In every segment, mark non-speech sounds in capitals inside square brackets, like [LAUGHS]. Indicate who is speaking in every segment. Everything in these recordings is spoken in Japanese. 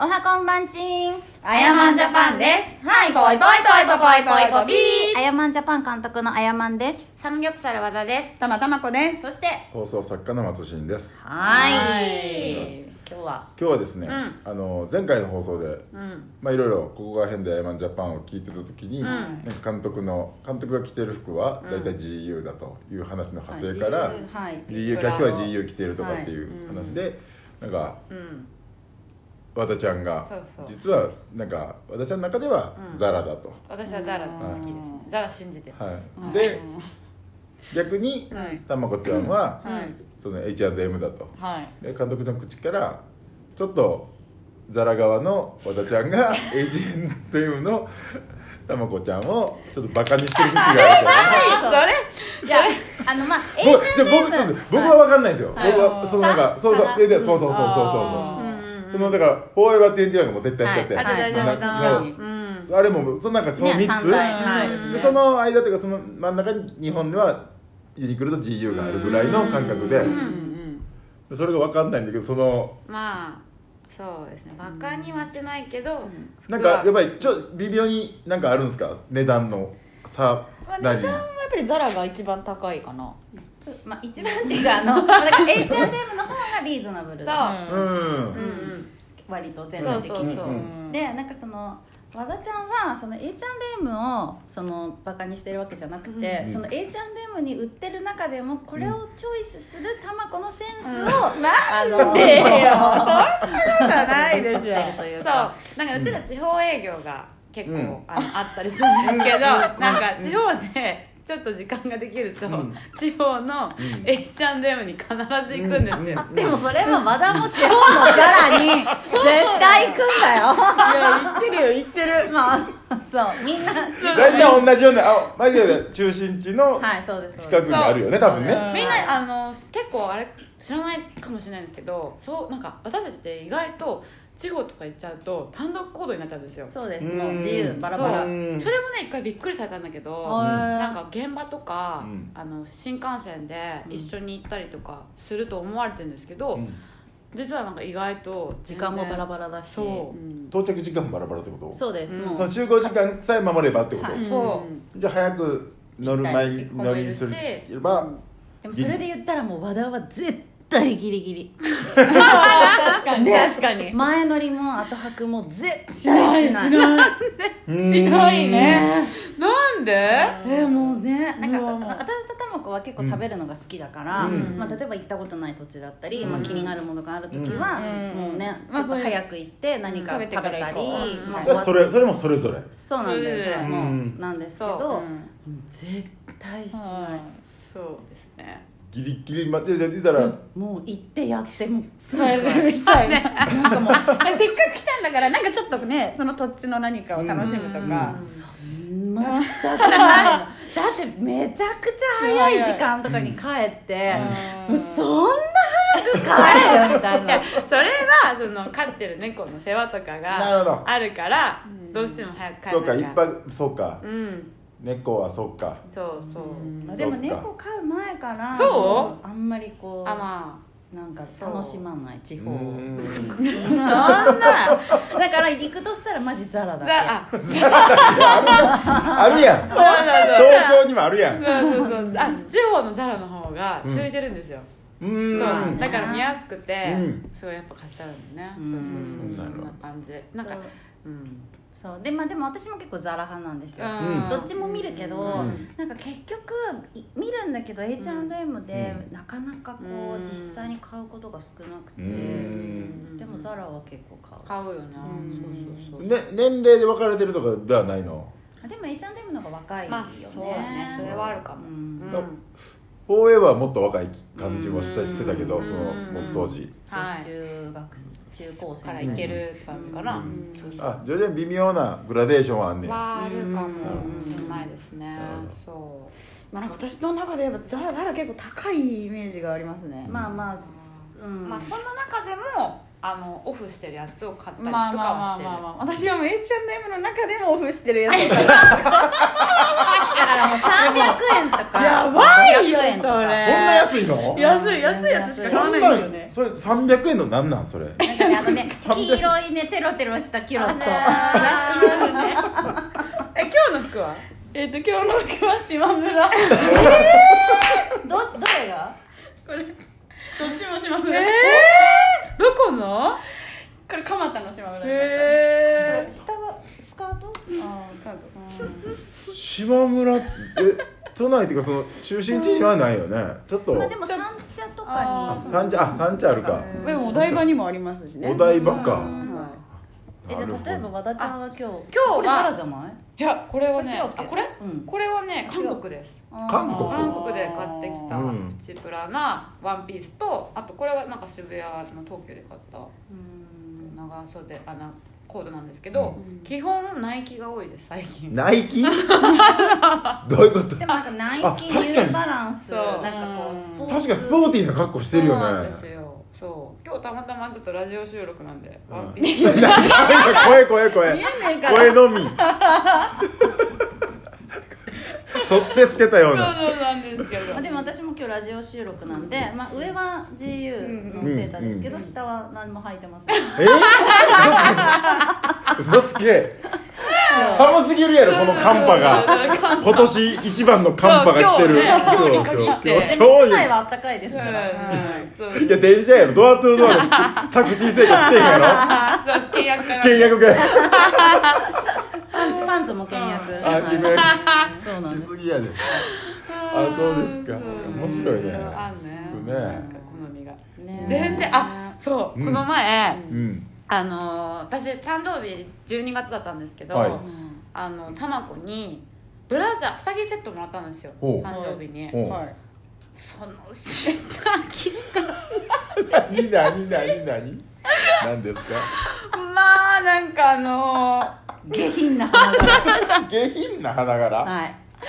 Speaker 1: おはこんばんちん
Speaker 2: あやまんジャパンです
Speaker 1: はい
Speaker 2: ボイボイボイボイボイボイボイビー
Speaker 1: あやまんジャパン監督のあやまんです
Speaker 2: サムギョプサル和田です
Speaker 3: たまたまこです
Speaker 2: そして
Speaker 4: 放送作家の松新です
Speaker 2: は
Speaker 4: は
Speaker 2: ーい
Speaker 4: い
Speaker 2: 今日は
Speaker 4: 今日はですね、
Speaker 2: うん
Speaker 4: あの前回の放送で
Speaker 2: うん
Speaker 4: まあいろいろ「ここが変でアイマンジャパン」を聞いてた時に、
Speaker 2: ん
Speaker 4: なんか監督の監督が着てる服は大体 GU だという話の派生から、
Speaker 3: はい
Speaker 4: GU
Speaker 3: か
Speaker 4: 今
Speaker 3: ら
Speaker 4: 日は GU 着てるとかってい
Speaker 2: はいう
Speaker 4: うん話で、なんか
Speaker 2: うん
Speaker 4: 和田ちゃんが
Speaker 2: そうそう
Speaker 4: 実はなんか和田ちゃんの中では
Speaker 2: うん
Speaker 4: ザラだと、
Speaker 2: 私はザラ好きですね
Speaker 3: うん
Speaker 2: ザラ信じてる
Speaker 4: はい、で逆に
Speaker 2: はい
Speaker 4: たまこちゃんは、
Speaker 2: はい
Speaker 4: その H&M だと
Speaker 3: はい
Speaker 4: で監督の口からちょっとザラ側の和田ちゃんがエージェント M のたまこちゃんをちょっとバカにしてる節がある
Speaker 1: [LAUGHS]
Speaker 4: から
Speaker 1: それいやあのまあ
Speaker 4: 僕じゃあ僕ちょっと僕は分かんないんですよ、
Speaker 3: はい
Speaker 4: 僕はそのなんかそうそう
Speaker 1: さ
Speaker 4: えでそうそうそうそうそう
Speaker 3: あ
Speaker 4: そう
Speaker 3: ー
Speaker 2: うん
Speaker 4: そのだから「フォーエバー21」がもう撤退しちゃって、
Speaker 2: はい
Speaker 1: あ撤退
Speaker 4: な
Speaker 1: 撤
Speaker 3: 退
Speaker 4: そう
Speaker 2: うん
Speaker 4: あれもそのなんかその
Speaker 1: ね
Speaker 4: 3つ
Speaker 1: 三大
Speaker 2: はい
Speaker 4: でその間というかその真ん中に日本ではユニクロと GU があるぐらいの感覚で
Speaker 2: う
Speaker 3: うん
Speaker 2: ん
Speaker 4: でそれが分かんないんだけどその
Speaker 2: まあそうですねバカにはしてないけど
Speaker 4: なんかやっ
Speaker 2: ば
Speaker 4: ぱりちょ微妙になんかあるんですか値段の差なり
Speaker 3: やっぱりザラが一番高いかな
Speaker 1: まあ一番っていうかあのまあだから H&M の方がリーズナブル
Speaker 2: そうう
Speaker 4: う
Speaker 2: ん
Speaker 4: ん
Speaker 2: うん
Speaker 1: 割と全
Speaker 2: そう
Speaker 1: 体的
Speaker 2: そう
Speaker 1: に
Speaker 2: そう
Speaker 4: うん
Speaker 1: でなんかその和田ちゃんはその H&M をそのバカにしてるわけじゃなくて、
Speaker 4: うん
Speaker 1: その H&M に売ってる中でもこれをチョイスするたまこのセンス [LAUGHS] を、あの
Speaker 2: でよそんなことないでしょ
Speaker 3: しょ
Speaker 1: という
Speaker 2: そう
Speaker 1: か
Speaker 2: なんかうちら地方営業が結構、
Speaker 4: うん
Speaker 2: あのあったりするんですけど [LAUGHS] なんか地方でちょっと時間ができると、
Speaker 4: うん
Speaker 2: 地方の H&M に必ず行くんですよ、いや
Speaker 1: でもそれは和田も地方のザラに絶対行くんだよ
Speaker 2: 言ってるよ言ってる
Speaker 1: [LAUGHS] まあそうみんな
Speaker 4: 大体同じようなあマジで中心地の
Speaker 1: はいそうですそう
Speaker 4: 近
Speaker 1: で
Speaker 4: く
Speaker 1: す
Speaker 4: にあるよね
Speaker 1: そう
Speaker 4: 多分ね
Speaker 2: みんなあの結構あれ知らないかもしれないんですけどそうなんか私たちって意外と地方とか行っちゃうと単独行動になっちゃうんですよ
Speaker 1: そうです
Speaker 4: うん
Speaker 1: もう自由バラバラ
Speaker 4: う
Speaker 1: うん
Speaker 4: ん
Speaker 2: それもね一回びっくりされたんだけど、なんか現場とか、
Speaker 4: うん
Speaker 2: あの新幹線で一緒に行ったりとかすると思われてるんですけど、
Speaker 4: うん
Speaker 2: 実はなんか意外と
Speaker 1: 時間もバラ
Speaker 2: バ
Speaker 1: バラだし
Speaker 2: そう、
Speaker 4: 到着時間もバラバラってこと
Speaker 1: そうです、
Speaker 2: うん
Speaker 1: もう
Speaker 4: その集合時間さえ守ればってこと
Speaker 1: はい
Speaker 2: そ
Speaker 4: じゃあ早く乗る前
Speaker 2: 一
Speaker 4: に
Speaker 2: 個も
Speaker 4: 乗
Speaker 2: い
Speaker 4: り
Speaker 2: る
Speaker 4: に
Speaker 2: し
Speaker 4: すれば
Speaker 1: でもそれで言ったらもう和田は絶対ギリギリ
Speaker 3: [LAUGHS] 確
Speaker 2: [LAUGHS]
Speaker 3: かに確かに
Speaker 1: 前乗りも後泊も絶対しない
Speaker 3: ない
Speaker 4: し
Speaker 3: ないね
Speaker 2: なんで、
Speaker 1: えーもうねなんか
Speaker 3: うわもう
Speaker 1: 私とタマコは結構食べるのが好きだから、
Speaker 4: うん
Speaker 1: まあ、例えば行ったことない土地だったり、
Speaker 4: うん
Speaker 1: まあ、気になるものがある時は、
Speaker 3: うん
Speaker 1: もうね
Speaker 3: うん
Speaker 1: ちょっと
Speaker 3: まあそういう
Speaker 1: 早く行って何か
Speaker 3: うん
Speaker 1: 食べ
Speaker 3: 食べて
Speaker 1: た
Speaker 3: か
Speaker 1: り、
Speaker 3: ら行こううん
Speaker 1: まあ
Speaker 4: じゃあそれそれもそれぞれ
Speaker 1: そうなんです
Speaker 2: それで
Speaker 1: もう
Speaker 4: うん
Speaker 1: なんですけ
Speaker 2: そ
Speaker 1: ど、
Speaker 3: うん
Speaker 1: 絶対しない、
Speaker 2: そうですね
Speaker 4: ギリギリまで出たら
Speaker 1: もう行ってやってもう
Speaker 3: それみたいななんかもうせっかく来たんだからなんかちょっと [LAUGHS] ねその土地の何かを楽しむとか
Speaker 1: 全くないだってめちゃくちゃ早い時間とかに帰って、
Speaker 3: うん
Speaker 1: もうそんな早く帰るみたい
Speaker 2: い
Speaker 1: な
Speaker 2: やそれはその飼ってる猫の世話とか
Speaker 4: なる
Speaker 2: が
Speaker 4: ほど
Speaker 2: あるから
Speaker 3: ん
Speaker 2: どうしても早く帰
Speaker 4: そうか
Speaker 2: る
Speaker 4: 一泊そうか
Speaker 2: うん
Speaker 4: 猫はそうか
Speaker 2: そうそう、
Speaker 3: うん
Speaker 1: まあでも猫飼う前から
Speaker 2: そう
Speaker 1: のあんまりこう
Speaker 2: あま
Speaker 1: なんか楽しまない地方を
Speaker 4: うん
Speaker 2: あそんな
Speaker 1: だから行くとしたらマジザラだけ
Speaker 2: ザあ
Speaker 4: あるやん
Speaker 2: そうそう
Speaker 4: 東京にもあるやん
Speaker 2: そうそうそうあ地方のザラの方が空いてるんですよ、
Speaker 4: う
Speaker 2: そ
Speaker 4: ー
Speaker 2: うんだから見やすくて、
Speaker 4: うん
Speaker 2: そうやっぱ買っちゃうのね、
Speaker 1: うん
Speaker 2: そうそうそう
Speaker 4: な
Speaker 2: そ
Speaker 4: る
Speaker 2: ん
Speaker 4: ほど
Speaker 2: な感じなんか
Speaker 1: そう
Speaker 2: うん
Speaker 1: そうで,、まあ、でも私も結構ザラ派なんですよ、
Speaker 4: うん
Speaker 1: どっちも見るけど、
Speaker 4: うん
Speaker 1: なんか結局い見るんだけど H&M で
Speaker 4: う
Speaker 1: なかなかこう、
Speaker 2: うん
Speaker 1: 実際に買うことが少なくて、
Speaker 4: う
Speaker 2: うん
Speaker 1: でもザラは結構買う
Speaker 2: 買うよな、
Speaker 1: うん
Speaker 2: そうそうそう
Speaker 4: ね年齢で分かれてるとかではないの
Speaker 1: あでも H&M の方が若いよね、
Speaker 2: まあそうだねそれはあるかも、
Speaker 1: う
Speaker 2: うん
Speaker 1: ん
Speaker 4: フォーエバーはもっと若い感じもしたしてたけ
Speaker 2: う
Speaker 4: ど
Speaker 2: ん
Speaker 4: その当時
Speaker 2: はい
Speaker 1: 中学中高生
Speaker 2: からいける感じかな、
Speaker 4: うん
Speaker 2: そうそう
Speaker 4: あ徐々に微妙なグラデーションはあんねん
Speaker 2: はあるかも
Speaker 1: うん
Speaker 2: しれないですね
Speaker 4: うん
Speaker 2: そう
Speaker 3: まあなんか私の中で言えばザラザラ結構高いイメージがありますね
Speaker 1: まあまあうん、
Speaker 2: まあそんな中でもあのオフしてるやつを買ったりとか
Speaker 3: まあまあま
Speaker 2: はし
Speaker 3: あ
Speaker 2: てる、
Speaker 3: まあ、まあ、私はもう H&M の中でもオフしてるやつとか
Speaker 1: だからもう300円とか
Speaker 3: やばいよ
Speaker 1: 400円とか
Speaker 3: それ
Speaker 4: そんな安いの
Speaker 3: 安い安いやつしか買わないんですよね
Speaker 4: それ300円のなんなんそれ
Speaker 1: なんかねあのね
Speaker 4: 三百
Speaker 1: 黄色いねテロテロしたキュロット
Speaker 2: え今日の服は
Speaker 3: えっと今日の服は島村
Speaker 1: どどれが
Speaker 3: これどっちも島村、
Speaker 2: どこの
Speaker 3: これ蒲田の島村
Speaker 2: え
Speaker 1: 下はスカート
Speaker 3: あーカード
Speaker 4: 島村ってえ都内っていうかその中心地にはないよねちょっと
Speaker 1: まあでも三茶とか
Speaker 3: あ
Speaker 1: に
Speaker 4: 三茶あ三茶あるか
Speaker 1: うん
Speaker 3: でもお台場にもありますしね
Speaker 4: お台場か
Speaker 1: うん
Speaker 3: は
Speaker 1: え
Speaker 4: なるほ
Speaker 1: じゃあ例えば
Speaker 4: ど
Speaker 1: 和田ちゃんは今日今
Speaker 2: 日は
Speaker 1: これからじゃない
Speaker 2: いやこれはね
Speaker 1: こっちは OK
Speaker 2: あこれ
Speaker 1: うん
Speaker 2: これはね韓国です
Speaker 4: 韓国
Speaker 2: 韓国で買ってきた
Speaker 4: うん
Speaker 2: プチプラなワンピースとあとこれはなんか渋谷の東急で買った長袖あなコードなんですけど、
Speaker 3: うん
Speaker 2: 基本ナイキが多いです最近
Speaker 4: ナ
Speaker 1: [LAUGHS]
Speaker 4: イキどういうこと
Speaker 1: でもなんかナイ
Speaker 4: あ
Speaker 1: キ
Speaker 4: 確
Speaker 1: ニ
Speaker 4: かに
Speaker 1: ューバランス
Speaker 2: そう
Speaker 1: なんかこうスポーツ
Speaker 4: 確かスポーティーな格好してるよ
Speaker 2: そうなん
Speaker 4: ね
Speaker 2: ですよそう今日たまたまちょっとラジオ収録なんで、
Speaker 4: うん
Speaker 2: ワンピ
Speaker 4: [LAUGHS]
Speaker 2: ース
Speaker 4: 声声声声のみ取ってつけたよ
Speaker 2: そうう
Speaker 4: な
Speaker 2: なんですけど
Speaker 1: まあでも私も今日ラジオ収録なんで、まあ、上は GU のセーターですけど、下は何も履いてません、
Speaker 4: え嘘つけ嘘つけ寒すぎるやろこの寒波が今年一番の寒波が来てる
Speaker 2: そう今日ね
Speaker 4: 今日
Speaker 2: 今日
Speaker 4: 今日
Speaker 1: でも室
Speaker 4: 今
Speaker 1: 内
Speaker 4: 日よ
Speaker 1: は暖かいです
Speaker 2: うん
Speaker 1: か
Speaker 2: は
Speaker 1: ら、
Speaker 2: いそう
Speaker 4: いや電車やろドアトゥードアのタクシー生活してんや
Speaker 2: そう契約か
Speaker 4: ろ
Speaker 2: ら
Speaker 4: 契約が
Speaker 1: パンパンツも倹約、
Speaker 4: あ
Speaker 1: はい
Speaker 4: 契約
Speaker 1: そうなん
Speaker 4: し
Speaker 1: です
Speaker 4: すぎやであそうです
Speaker 2: そ
Speaker 4: か
Speaker 2: う
Speaker 4: 面白いね
Speaker 2: あんね
Speaker 4: ね
Speaker 2: なんか好みが
Speaker 1: ね
Speaker 2: 全然あそう、
Speaker 4: うん
Speaker 2: この前、
Speaker 4: うん
Speaker 2: あのー私誕生日12月だったんですけど、
Speaker 4: はい
Speaker 1: うん
Speaker 2: あのタマコにブラジャー下着セットもらったんですよ
Speaker 4: ほう
Speaker 2: 誕生日に
Speaker 4: おう
Speaker 3: はい
Speaker 2: その下着
Speaker 4: [LAUGHS] 何何何何何ですか
Speaker 2: まあなんかあのー
Speaker 1: 下品な花が
Speaker 4: 下品な花柄
Speaker 1: はい
Speaker 2: そう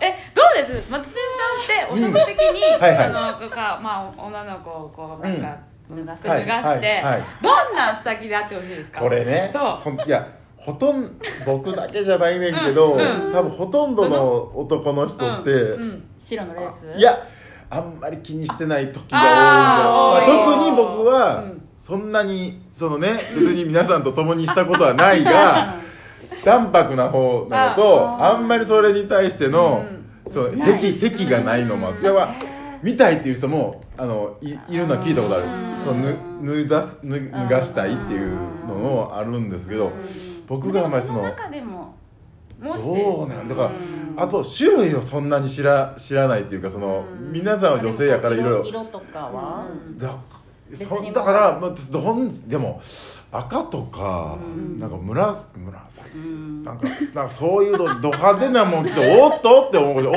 Speaker 2: えどうです松井さんって男的に、
Speaker 4: うんはいはい
Speaker 2: その子か、まあ、女の子をこうなんか脱がせ、
Speaker 4: はい
Speaker 2: 脱がして、
Speaker 4: はいはい
Speaker 2: どんな下着であってほしいですか
Speaker 4: これね
Speaker 2: そう
Speaker 4: ほんいやほとんど僕だけじゃないねんけど、
Speaker 2: うんうん
Speaker 4: 多分ほとんどの男の人って、
Speaker 2: うんうん
Speaker 1: 白のレース
Speaker 4: いやあんまり気にしてない時が
Speaker 2: あ
Speaker 4: 多い
Speaker 2: ー
Speaker 4: んだよまあ
Speaker 2: 多い
Speaker 4: 特に僕は、
Speaker 2: うん
Speaker 4: そんなにそのね別に皆さんと共にしたことはないが淡白な方なのと
Speaker 1: あ
Speaker 4: あんまりそれに対しての、そう
Speaker 1: ない
Speaker 4: 癖癖がないのもあって、いや見たいっていう人もあのいいるのは聞いたことある
Speaker 1: うん
Speaker 4: そうぬ脱がす脱脱がしたいっていうのもあるんですけど僕があんまりそ
Speaker 1: でも
Speaker 4: の
Speaker 1: 中でも
Speaker 2: もし
Speaker 4: どうなんだから
Speaker 2: うん
Speaker 4: あと種類をそんなに知ら知らないっていうかその
Speaker 2: うん
Speaker 4: 皆さんは女性やからいろいろ
Speaker 1: 色とかは、
Speaker 2: うん
Speaker 4: だ
Speaker 1: 別に
Speaker 4: そ
Speaker 1: も
Speaker 4: ん
Speaker 1: う
Speaker 4: だから、まあ、どんでも赤とか、
Speaker 1: うん
Speaker 4: なんか紫紫
Speaker 1: うん
Speaker 4: なんかなんかそういうのド派手なもん着ておーっとって思うことお
Speaker 1: [LAUGHS]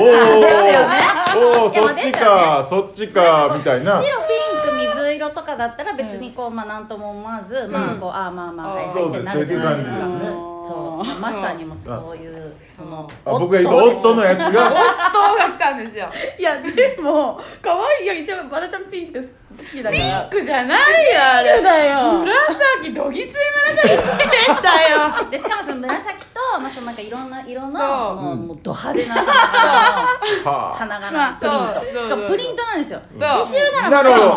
Speaker 1: でも
Speaker 4: ーおーそっちか、そっちかみたいな
Speaker 1: 白ピンク水色とかだったら別にこう、まあなんとも思わず、まあこうああまあまあはいはい
Speaker 4: そう
Speaker 1: っ
Speaker 4: で
Speaker 1: て
Speaker 4: す
Speaker 1: な
Speaker 4: と
Speaker 1: る
Speaker 4: い
Speaker 1: じゃ
Speaker 4: う
Speaker 1: ないです
Speaker 4: 感じです
Speaker 1: か
Speaker 4: ね
Speaker 1: そうまあまさにもうそういうその
Speaker 4: あ僕が言うと夫のやつが
Speaker 2: 夫が来たんですよ
Speaker 3: いやでも可愛いよ一応バラちゃんピンク好きだか
Speaker 2: ピ
Speaker 3: ら
Speaker 2: ンクじゃないよあれ
Speaker 3: だよ
Speaker 2: 紫どぎつい紫でしたよ
Speaker 1: でしかもその紫と、まあ、そのなんかいろんな色の
Speaker 2: そう
Speaker 1: もう,、もうド派手
Speaker 2: [LAUGHS]
Speaker 1: な花 [LAUGHS] 柄の
Speaker 4: は
Speaker 1: 花柄のプリント
Speaker 2: そう
Speaker 1: しかもプリントなんですよ
Speaker 2: う
Speaker 1: 刺繍な
Speaker 4: あな
Speaker 1: ら
Speaker 4: るほど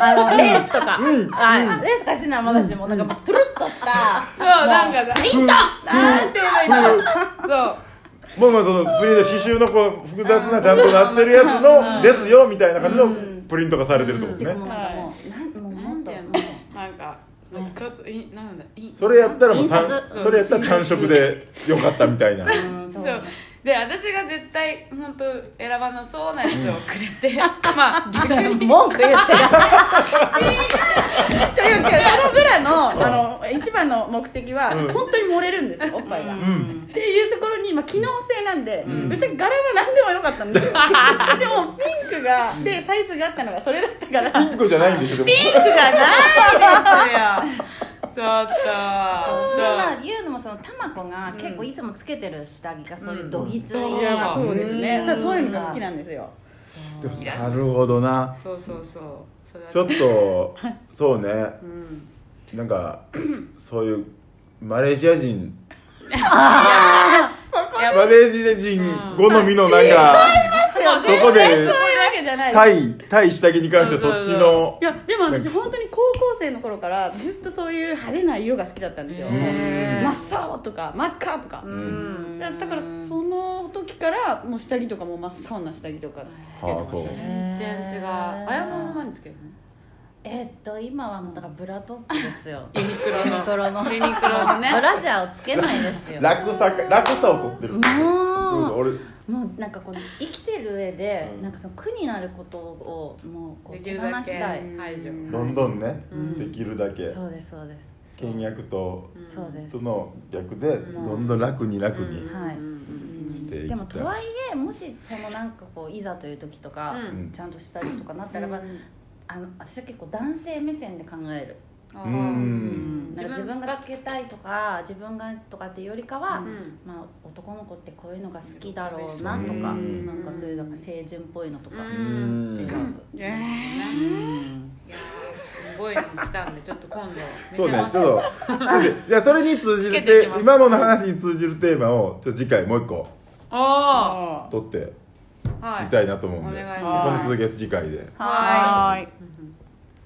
Speaker 1: あのレースとか、
Speaker 4: うん
Speaker 1: はいレースかしなもだし、もうなんかもうトゥルッとした
Speaker 2: そうなんかプリントなんて言えばいいんだろうそう
Speaker 4: もうまあそのプリント刺繍のこう複雑なちゃんとなってるやつのですよみたいな感じの
Speaker 1: うん
Speaker 4: プリントがされてるってこ
Speaker 1: て
Speaker 4: と
Speaker 1: か
Speaker 4: ね
Speaker 1: もうなんかもう、なんもう
Speaker 2: な
Speaker 1: もっ
Speaker 2: ん
Speaker 1: と
Speaker 2: て
Speaker 1: も
Speaker 2: いう
Speaker 1: う
Speaker 2: のなんかちょっといなんだい
Speaker 4: それやったらもう単
Speaker 1: 印刷
Speaker 4: それやったら単色でよかったみたいな
Speaker 1: うんそ
Speaker 2: そううで私が絶対本当選ばなそうなやつをくれて、まあ逆に
Speaker 1: 文句言
Speaker 3: [LAUGHS]
Speaker 1: ってる
Speaker 3: じゃあ今日サラブラのあの一番の目的は、
Speaker 4: うん
Speaker 3: 本当に漏れるんですよおっぱいが、
Speaker 4: う
Speaker 3: っ
Speaker 4: ん
Speaker 3: ていうところに今機能性なんで、
Speaker 4: ん
Speaker 3: 別に柄は何でもよかったん [LAUGHS] ですよでもピンクがでサイズがあったのがそれだったから
Speaker 4: ピンクじゃないんでしょでも
Speaker 2: ピンクじゃないですよちょっと
Speaker 1: まあ言うのもそのタマコが結構いつもつけてる下着がそういうどぎつい
Speaker 2: うん
Speaker 1: い
Speaker 3: いや
Speaker 1: や
Speaker 3: そうですね
Speaker 4: うん
Speaker 3: ただそういうのが好きなんですよ
Speaker 4: でもなるほどな
Speaker 2: そうそうそうそうそれは
Speaker 4: ちょっとそうね
Speaker 2: うん
Speaker 4: なんかそういうマレーシア人マレーシア人好みのなんかそこで
Speaker 3: そういうわけじじゃないです
Speaker 4: 対対下着に関してはそっちの
Speaker 3: いやでも私本当に高校生の頃からずっとそういう派手な色が好きだったんですよ、
Speaker 2: へー
Speaker 3: 真っ青とか真っ赤とか、
Speaker 2: う
Speaker 3: いやだからその時からもう下着とかも真っ青な下着とかつけてました
Speaker 4: あーそう
Speaker 3: ね
Speaker 2: 全然違うあやまも何つけるの
Speaker 1: えっと今はもうだからブラトップですよ
Speaker 2: ユニクロ
Speaker 1: ユニクロ [LAUGHS] の
Speaker 2: のユニクロのね
Speaker 1: ブラジャーをつけないですよ
Speaker 4: 楽さか楽さを取ってるどうぞ
Speaker 1: も
Speaker 4: 俺
Speaker 1: うもうなんかこう生きてる上で、
Speaker 4: うん
Speaker 1: なんかその苦になることをもうこ
Speaker 2: で
Speaker 1: う
Speaker 2: き
Speaker 1: 手
Speaker 2: る
Speaker 1: 放
Speaker 2: だ
Speaker 1: し
Speaker 2: け
Speaker 1: たい
Speaker 2: 排除
Speaker 4: どんどんね
Speaker 1: うん
Speaker 4: できるだけ
Speaker 1: そうですそうです
Speaker 4: 倹約と
Speaker 2: うん
Speaker 1: そうです
Speaker 4: その逆で
Speaker 2: うん
Speaker 4: どんどん楽に楽
Speaker 2: うん
Speaker 4: に
Speaker 1: はい
Speaker 2: うん
Speaker 4: していき
Speaker 1: でもとは
Speaker 4: たい
Speaker 1: いえもしそのなんかこういざという時とか、
Speaker 2: うん
Speaker 1: ちゃんとしたりとかなったらば、
Speaker 2: うん
Speaker 1: あの私は結構男性目線で考える、
Speaker 2: あー
Speaker 4: う
Speaker 1: うんん、なんか自分がつけたいとか自分がとかっていうよりかは、
Speaker 2: うん
Speaker 1: まあ、男の子ってこういうのが好きだろうなとか、
Speaker 4: うん
Speaker 1: なんかそういうなんか清純っぽいのとか、
Speaker 2: うん
Speaker 4: うん
Speaker 1: うん
Speaker 2: いやーすごいの来たんでちょっと今度
Speaker 4: そうね
Speaker 2: 見てみまし
Speaker 4: ち
Speaker 2: ょ [LAUGHS]
Speaker 4: ょっとじゃあそれに通じ
Speaker 2: つけ
Speaker 4: る
Speaker 2: ていき
Speaker 4: て
Speaker 2: ます
Speaker 4: 今のの話に通じるテーマをちょっと次回もう一個
Speaker 2: あ
Speaker 3: あ
Speaker 4: 取って
Speaker 2: ーはい
Speaker 4: みたいなと思うん
Speaker 2: お
Speaker 4: で
Speaker 2: 願いし
Speaker 4: この
Speaker 2: ます
Speaker 4: 続きは次回で
Speaker 2: は
Speaker 3: はい
Speaker 2: うんうん